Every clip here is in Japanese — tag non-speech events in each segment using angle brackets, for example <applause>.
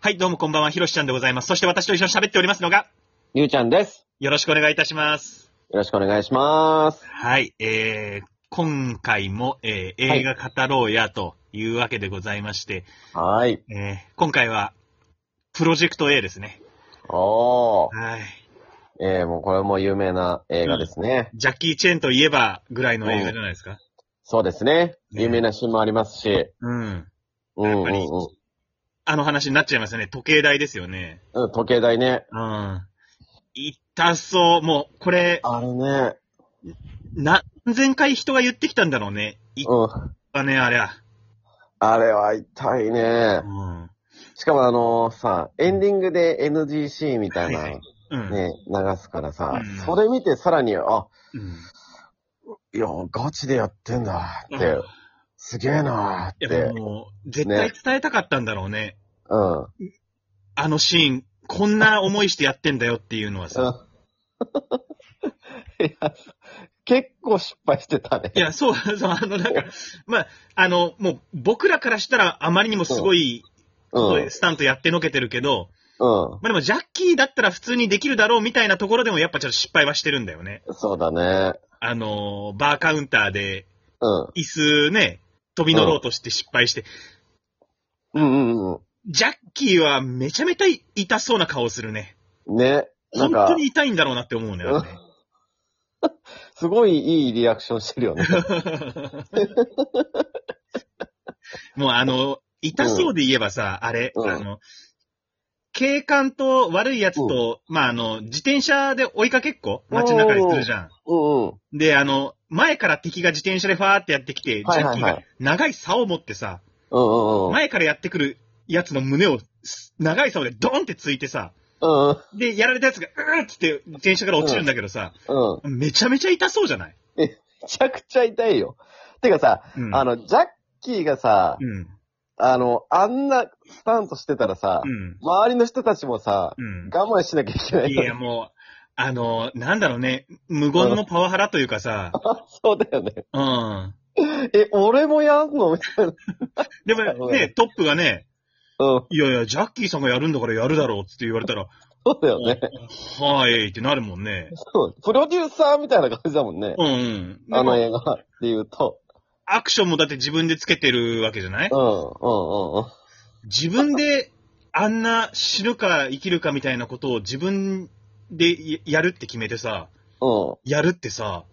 はい、どうもこんばんは、ひろしちゃんでございます。そして私と一緒に喋っておりますのが、ゆうちゃんです。よろしくお願いいたします。よろしくお願いします。はい、えー、今回も、えー、映画語ろうや、というわけでございまして、はい。えー、今回は、プロジェクト A ですね。おー。はい。えー、もうこれも有名な映画ですね。ジャッキー・チェンといえば、ぐらいの映画じゃないですか。そうですね。ね有名なシーンもありますし。うん。うんうんやっぱりあの話になっちゃいますよね。時計台ですよね。うんうん。時計台ね。うん。痛そう。もう、これ、あれね。何千回人が言ってきたんだろうね。いっうん。たね、あれは。あれは痛いねう。ん。しかもあのさ、エンディングで NG シーンみたいなはいはいうん。ね、流すからさうん、それ見てさらに、あ、うん。いや、ガチでやってんだっうてん、すげえなーやっっぱて。もう、絶対伝えたかったんだろうね。うん。あのシーン、こんな思いしてやってんだよっていうのはさ。うん <laughs> いや、結構失敗してたね。いや、そう、 <laughs> そう、あの、なんか、まあ、あの、もう、僕らからしたら、あまりにもすごい、うん。うん。スタントやってのけてるけど、まあでも、ジャッキーだったら普通にできるだろうみたいなところでも、やっぱちょっと失敗はしてるんだよね。そうだね。あの、バーカウンターで、うん。椅子ね、飛び乗ろうとして失敗して、うんうんジャッキーはめちゃめちゃ痛そうな顔をするね。うん。ね。な本んか当、に痛いんだろうなって思うね。あれねすごいいいリアクションしてる <laughs> よね。もうあの、痛そうで言えばさ、あれ、うんあの、警官と悪いやつと、まあ、あの、自転車で追いかけっこ街の中でするじゃうんうん。ん。で、あの、前から敵が自転車でファーってやってきて、ジはいャはッキいーはがい。長い竿を持ってさ、うんうんうん。前からやってくるやつの胸を、す長い竿でドンってついてさ、うんうん。で、やられたやつが、うーっつって自転車から落ちるんだけどさ、うん。めちゃめちゃ痛そうじゃないめちゃくちゃ痛いよ。てかさ、うん。あの、ジャッキーがさう、ん。あの、あんなスタントしてたらさう、ん。周りの人たちもさ、うん。我慢しなきゃいけないいよや、ね。もう、あの、なんだろうね、無言のパワハラというかさ、 <laughs> そうだよね。うん。え、俺もやんのみたいな。でそもうだね、ねトップがね、うん。いやいや、ジャッキーさんがやるんだからやるだろうって言われたら、そうだよね。はーいってなるもんね。そう <laughs> プロデューサーみたいな感じだもんね。うんうん。であのも映画っていうと。アクションもだって自分でつけてるわけじゃないうん、うん、うんうん。自分であんな死ぬか生きるかみたいなことを自分でややるって決めてさ、うん、やるってさ、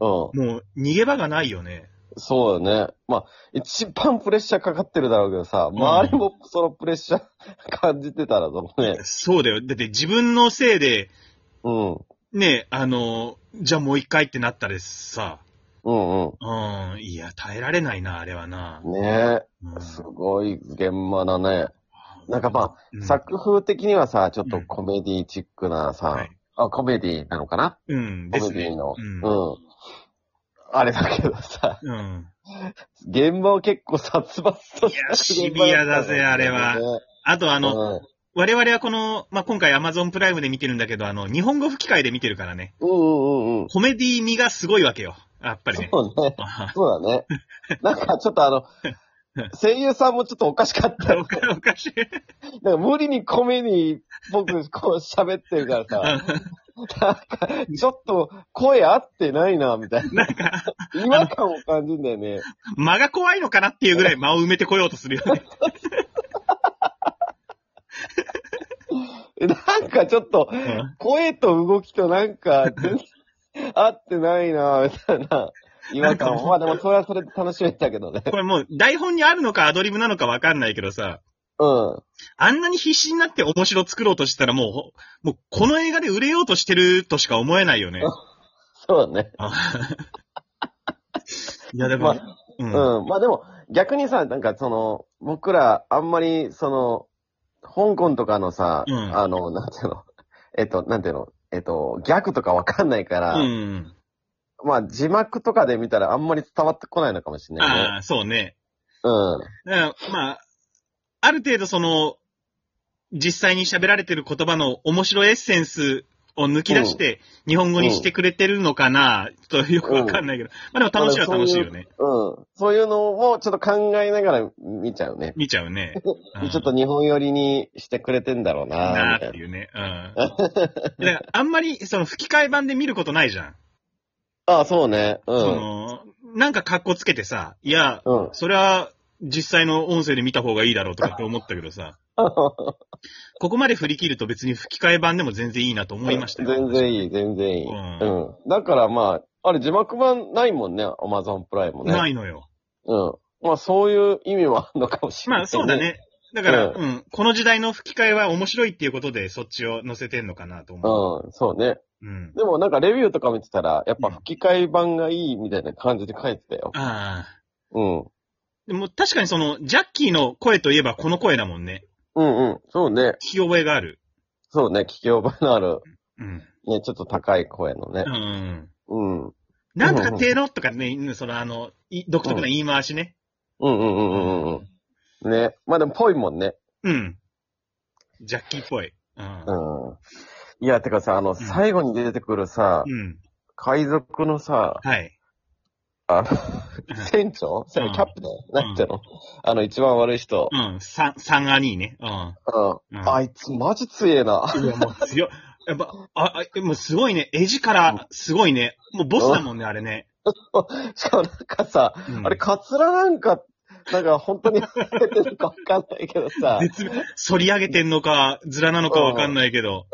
うん。もう逃げ場がないよね。そうだね。まあ、一番プレッシャーかかってるだろうけどさ、周りもそのプレッシャー感じてたらもうね。そうだよ。だって自分のせいで、うん、ね、あの、じゃあもう一回ってなったらさ、うん、うん、いや、耐えられないな、あれはなう。ん。ねうんえ、すごい現場だね。なんかまあ、うん作風的にはさ、ちょっとコメディチックなさ、はいあ、コメディなのかなうん、でコすメデねィ。の。うんうん。あれだけどさ、うん。現場を結構殺伐としいやたシビアだぜ現場ったんよねあれあと、あの、うん我々はこの、まあ、今回 Amazon プライムで見てるんだけど、あの、日本語吹き替えで見てるからね、うんうんうんうん。コメディ味がすごいわけよ。やっぱり <laughs> ね。そうね。そうだ <laughs> ね。なんかちょっとあの、声優さんもちょっとおかしかったおよ。かおかしい。なんか無理にコメに僕こう喋ってるからさ、ちょっと声合ってないな、みたいな。違和感を感じるんだよね。間が怖いのかなっていうぐらい間を埋めてこようとするよ <laughs> ね。なんかちょっとん、声と動きとなんか、 <laughs> 全然合ってないな、みたいな。違和感を。まあでもそれはそれで楽しめたけどね。これもう台本にあるのかアドリブなのかわかんないけどさ、うん。あんなに必死になって面白作ろうとしたらもう、もうこの映画で売れようとしてるとしか思えないよね。そうだね。 <laughs> いや、でまも、あうん。うん。まあでも、逆にさ、なんかその、僕ら、あんまり、その、香港とかのさ、うんあの、なんていうの、えっと、なんていうの、えっと、ギャグとかわかんないから、うん。まあ字幕とかで見たらあんまり伝わってこないのかもしれないね。ああ、そうね。うん。だからまあ、ある程度その、実際に喋られてる言葉の面白エッセンスを抜き出して、日本語にしてくれてるのかな、ちょっとよくわかんないけど。まあでも楽しいは楽しいよね。うん。そういうのをちょっと考えながら見ちゃうね。見ちゃうね。うん <laughs> ちょっと日本寄りにしてくれてんだろうななみーたっいてな。いうね。うん。だからあんまり、その吹き替え版で見ることないじゃん。ああ、そうね。うそん。の、なんか格好つけてさ、いや、うん。それは実際の音声で見た方がいいだろうとかって思ったけどさ、ここまで振り切ると別に吹き替え版でも全然いいなと思いましたよ。全然いい、全然いい。う。うんん。だからまあ、あれ字幕版ないもんね、アマゾンプライムね。ないのよ。うん。まあそういう意味はあるのかもしれない、まあそうだ。ね。だから、ううん。この時代の吹き替えは面白いっていうことでそっちを載せてんのかなと思う。うん、そうね。うん。でもなんかレビューとか見てたら、やっぱ吹き替え版がいいみたいな感じで書いてたよ。ああ。うん。でも確かにその、ジャッキーの声といえばこの声だもんね。うんうん。そうね。聞き覚えがある。そうね。聞き覚えのある、うん。ね、ちょっと高い声のねう。ん。うん。うんなんとかてのとかね、うんそのあの、い独特な言い回しね。うんうんうんうんうん。ね。まあでもぽいもんね。うん。ジャッキーっぽい。うん。うん。いや、てかさ、あの、ん最後に出てくるさ、うん。海賊のさ、はい。あうんの、船長それうんキャプテンなんていうのあの、一番悪い人。うん。三、三兄ね。うん。ううんん。あいつマジ強えな。 <laughs> いや、もう強い。やっぱ、あ、あ、もうすごいね。絵力、すごいね。もうボスだもんね、あれね。しかもなんかさ、うんあれ、カツラなんか、なんか本当に出てるかわかんないけどさ、ね絶妙。反り上げてんのか、ズラなのかわかんないけど。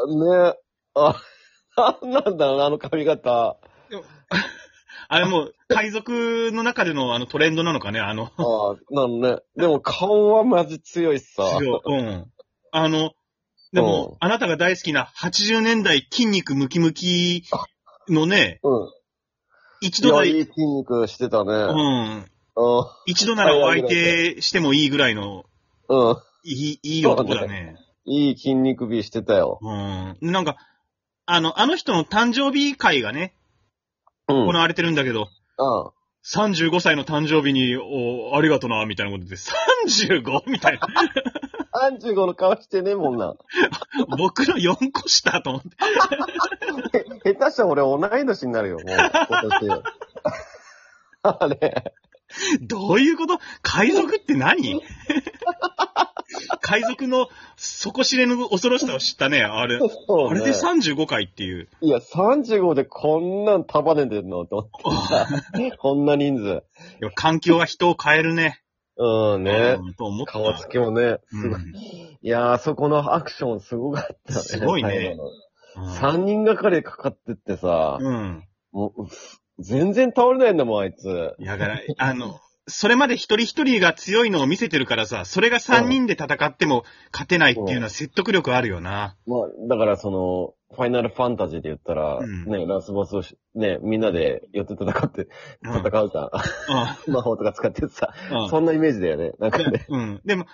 あ、なんなんだろうな、あの髪型。あれもう、海賊の中でのあのトレンドなのかね、あの、ああ、なんね。でも顔はマジ強いしさ。 <laughs> 強いうん。あの、でうんも、あなたが大好きな80年代筋肉ムキムキのね、うん。一い度や、ないい筋肉してたね。うう。んん。うん。一度ならお相手してもいいぐらいの、いい、いい男だね。いい筋肉美してたよ。うん。なんか、あの、あの人の誕生日会がね、うん。行うん。われてるんだけど、35歳の誕生日に、おありがとな、みたいなことで、35? みたいな。 35の顔してねえもんな。 <laughs> 僕の4個下と思って。へ下手したら俺同い年になるよ、もう。今年。 <laughs> あれ。どういうこと海賊って何海賊の底知れぬ恐ろしさを知ったね、あれ。そうあねれで35回っていう。いや、35でこんなん束ねてんのと <laughs> 思って。こんな人数。やっぱ環境は人を変えるね。うんね。うんと思った。顔つきもね。すうごいんいやあそこのアクションすごかったね。すごいね最後のうん三人がかりでかかってってさ、うん。もう、うっ全然倒れないんだもん、あいつ。いやだから、あの、それまで一人一人が強いのを見せてるからさ、それが三人で戦っても勝てないっていうのは説得力あるよな。まあ、だからその、ファイナルファンタジーで言ったら、うんね、ラスボスをしね、みんなで寄って戦って、うん。戦 <laughs> うじゃん。魔法とか使ってさ、うんそんなイメージだよね。なんかね。うん。でも、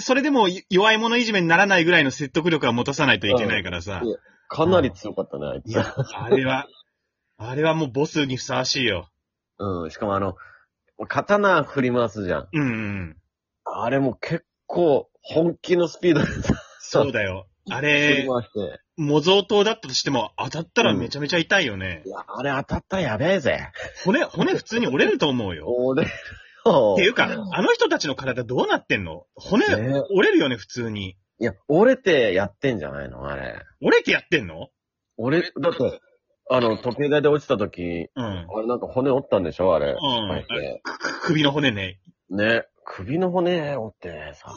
それでも弱い者いじめにならないぐらいの説得力は持たさないといけないからさうん。かなり強かったね、あいいつ。や、あれは、あれはもうボスにふさわしいよ。うん、しかもあの、刀振り回すじゃん。うんうん。あれも結構、本気のスピードでさ、そうだよ。あ振りれ、回して。模造刀だったとしても当たったらめちゃめちゃ痛いよねい。や、あれ当たったらやべえぜ。骨、骨普通に折れると思うよ。 <laughs> 折れるよ。っていうか、あの人たちの体どうなってんの骨、ね折れるよね、普通に。いや、折れてやってんじゃないのあれ。折れてやってんの俺、だって、あの、時計台で落ちた時、うん。あれなんか骨折ったんでしょあれ。んはいねく首の骨ね。ね。首の骨折ってさ。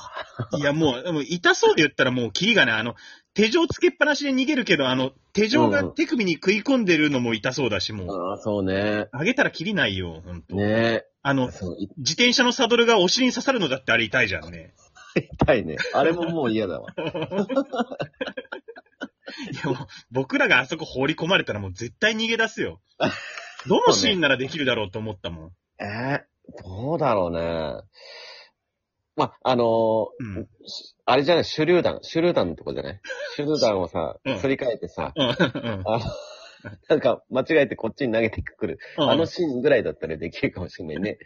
い <laughs> や、もう、でも痛そうで言ったらもうキリがない。あの、手錠つけっぱなしで逃げるけど、あの、手錠が手首に食い込んでるのも痛そうだし、もう。ああ、そうね。あげたらキリないよ、ほんと。ねあの、そうい自転車のサドルがお尻に刺さるのだってあれ痛いじゃん <laughs> ね。痛いね。あれももう嫌だわ。 <laughs> いや、もう、僕らがあそこ放り込まれたらもう絶対逃げ出す <laughs> よ。どのシーンならできるだろうと思ったもん。えー、どうだろうね。ま、あのうん。うん。ーしあれじゃない、手榴弾、手榴弾のとこじゃない手榴弾をさうん、すり替えてさ、うん。あの、なんか間違えてこっちに投げてくる。あ <laughs> のシーンぐらいだったらできるかもしれないね。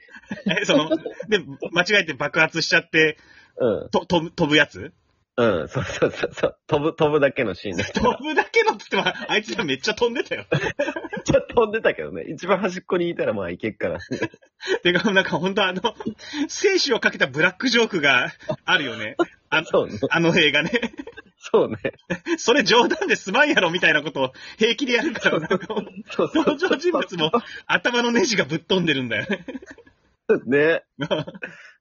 え、その、で、間違えて爆発しちゃって、うん。と、飛ぶ、飛ぶやつうん、そうそうそうそう。飛ぶ、飛ぶだけのシーンだ。飛ぶだけのって言っても、あいつらめっちゃ飛んでたよ。めっちゃ飛んでたけどね。一番端っこにいたらまあいけっから。てか、なんか本当あの、生死をかけたブラックジョークがあるよね。あそうね。あの映画ね。そうね。それ冗談ですまんやろみたいなことを平気でやるから、なんかそうそう。登場人物も頭のネジがぶっ飛んでるんだよ <laughs> ね。ね。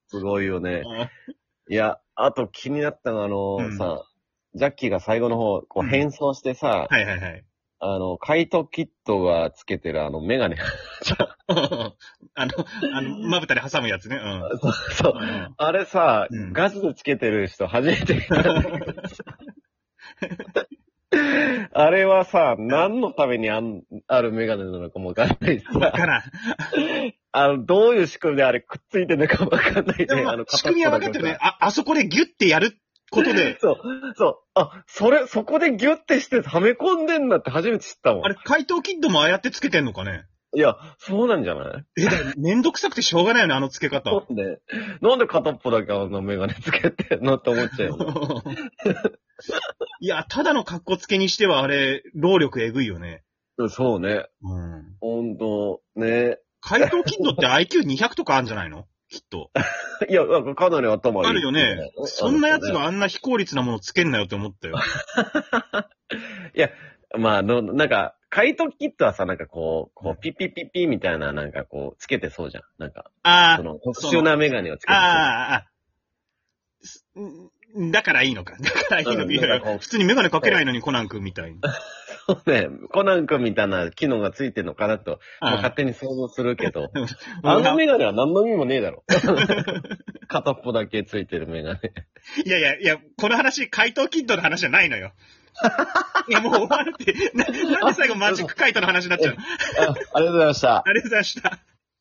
すごいよね。ういや、あと気になったのはあのうんさ、ジャッキーが最後の方、こううん変装してさん、はいはいはい。 <laughs> あの、カイトキットがつけてるあのメガネ。あの、あの、まぶたに挟むやつね。うん。そうそう。うんあれさ、うんガスでつけてる人初め <laughs> て見たんだけどさ。あれはさ、何のためにあんあるメガネなのかもわかんないしわさ、から <laughs> ん。あの、どういう仕組みであれくっついてるのかもわかんないね。でも、まあのあ、仕組みは分かってるね。。あ、あそこでギュッてやることで、そう、そう。あ、それ、そこでギュッてしてはめ込んでんだって初めて知ったもん。あれ、怪盗キッドもああやってつけてんのかねいや、そうなんじゃないえ、だからめんどくさくてしょうがないよね、あのつけ方。なんで、なんで片っぽだけあんなメガネつけてんのって思っちゃうよ <laughs> ね。 <laughs> いや、ただの格好つけにしてはあれ、労力えぐいよね。うんそうね。うん。ほんと、ね。怪盗キッドって IQ200 とかあるんじゃないのきっと。 <laughs> いや、なんかかなり頭いい。あるよね。そんなやつがあんな非効率なものつけんなよって思ったよ。まあ、の、なんか、カイトキットはさ、なんかこう、こう、ピッピッピッピみたいな、なんかこう、つけてそうじゃん。なんか、あそーの、特殊なメガネをつけてそうじゃん。あー、あーすんだからいいのか。だからいいのうか。んいやいなんかこやう普通にメガネかけないのにコナン君みたいに。そうね、コナン君みたいな機能がついてんのかなと、まああ勝手に想像するけ <laughs> ど、ーあのメガネは何の意味もねえだ <laughs> ろ。片っぽだけついてるメガネ。いやいやいや、この話、怪盗キッドの話じゃないの <laughs> よ。いや、もう終わるって。ななんで最後マジックカイトの話になっちゃうのあありがとうございました。ありがとうございました。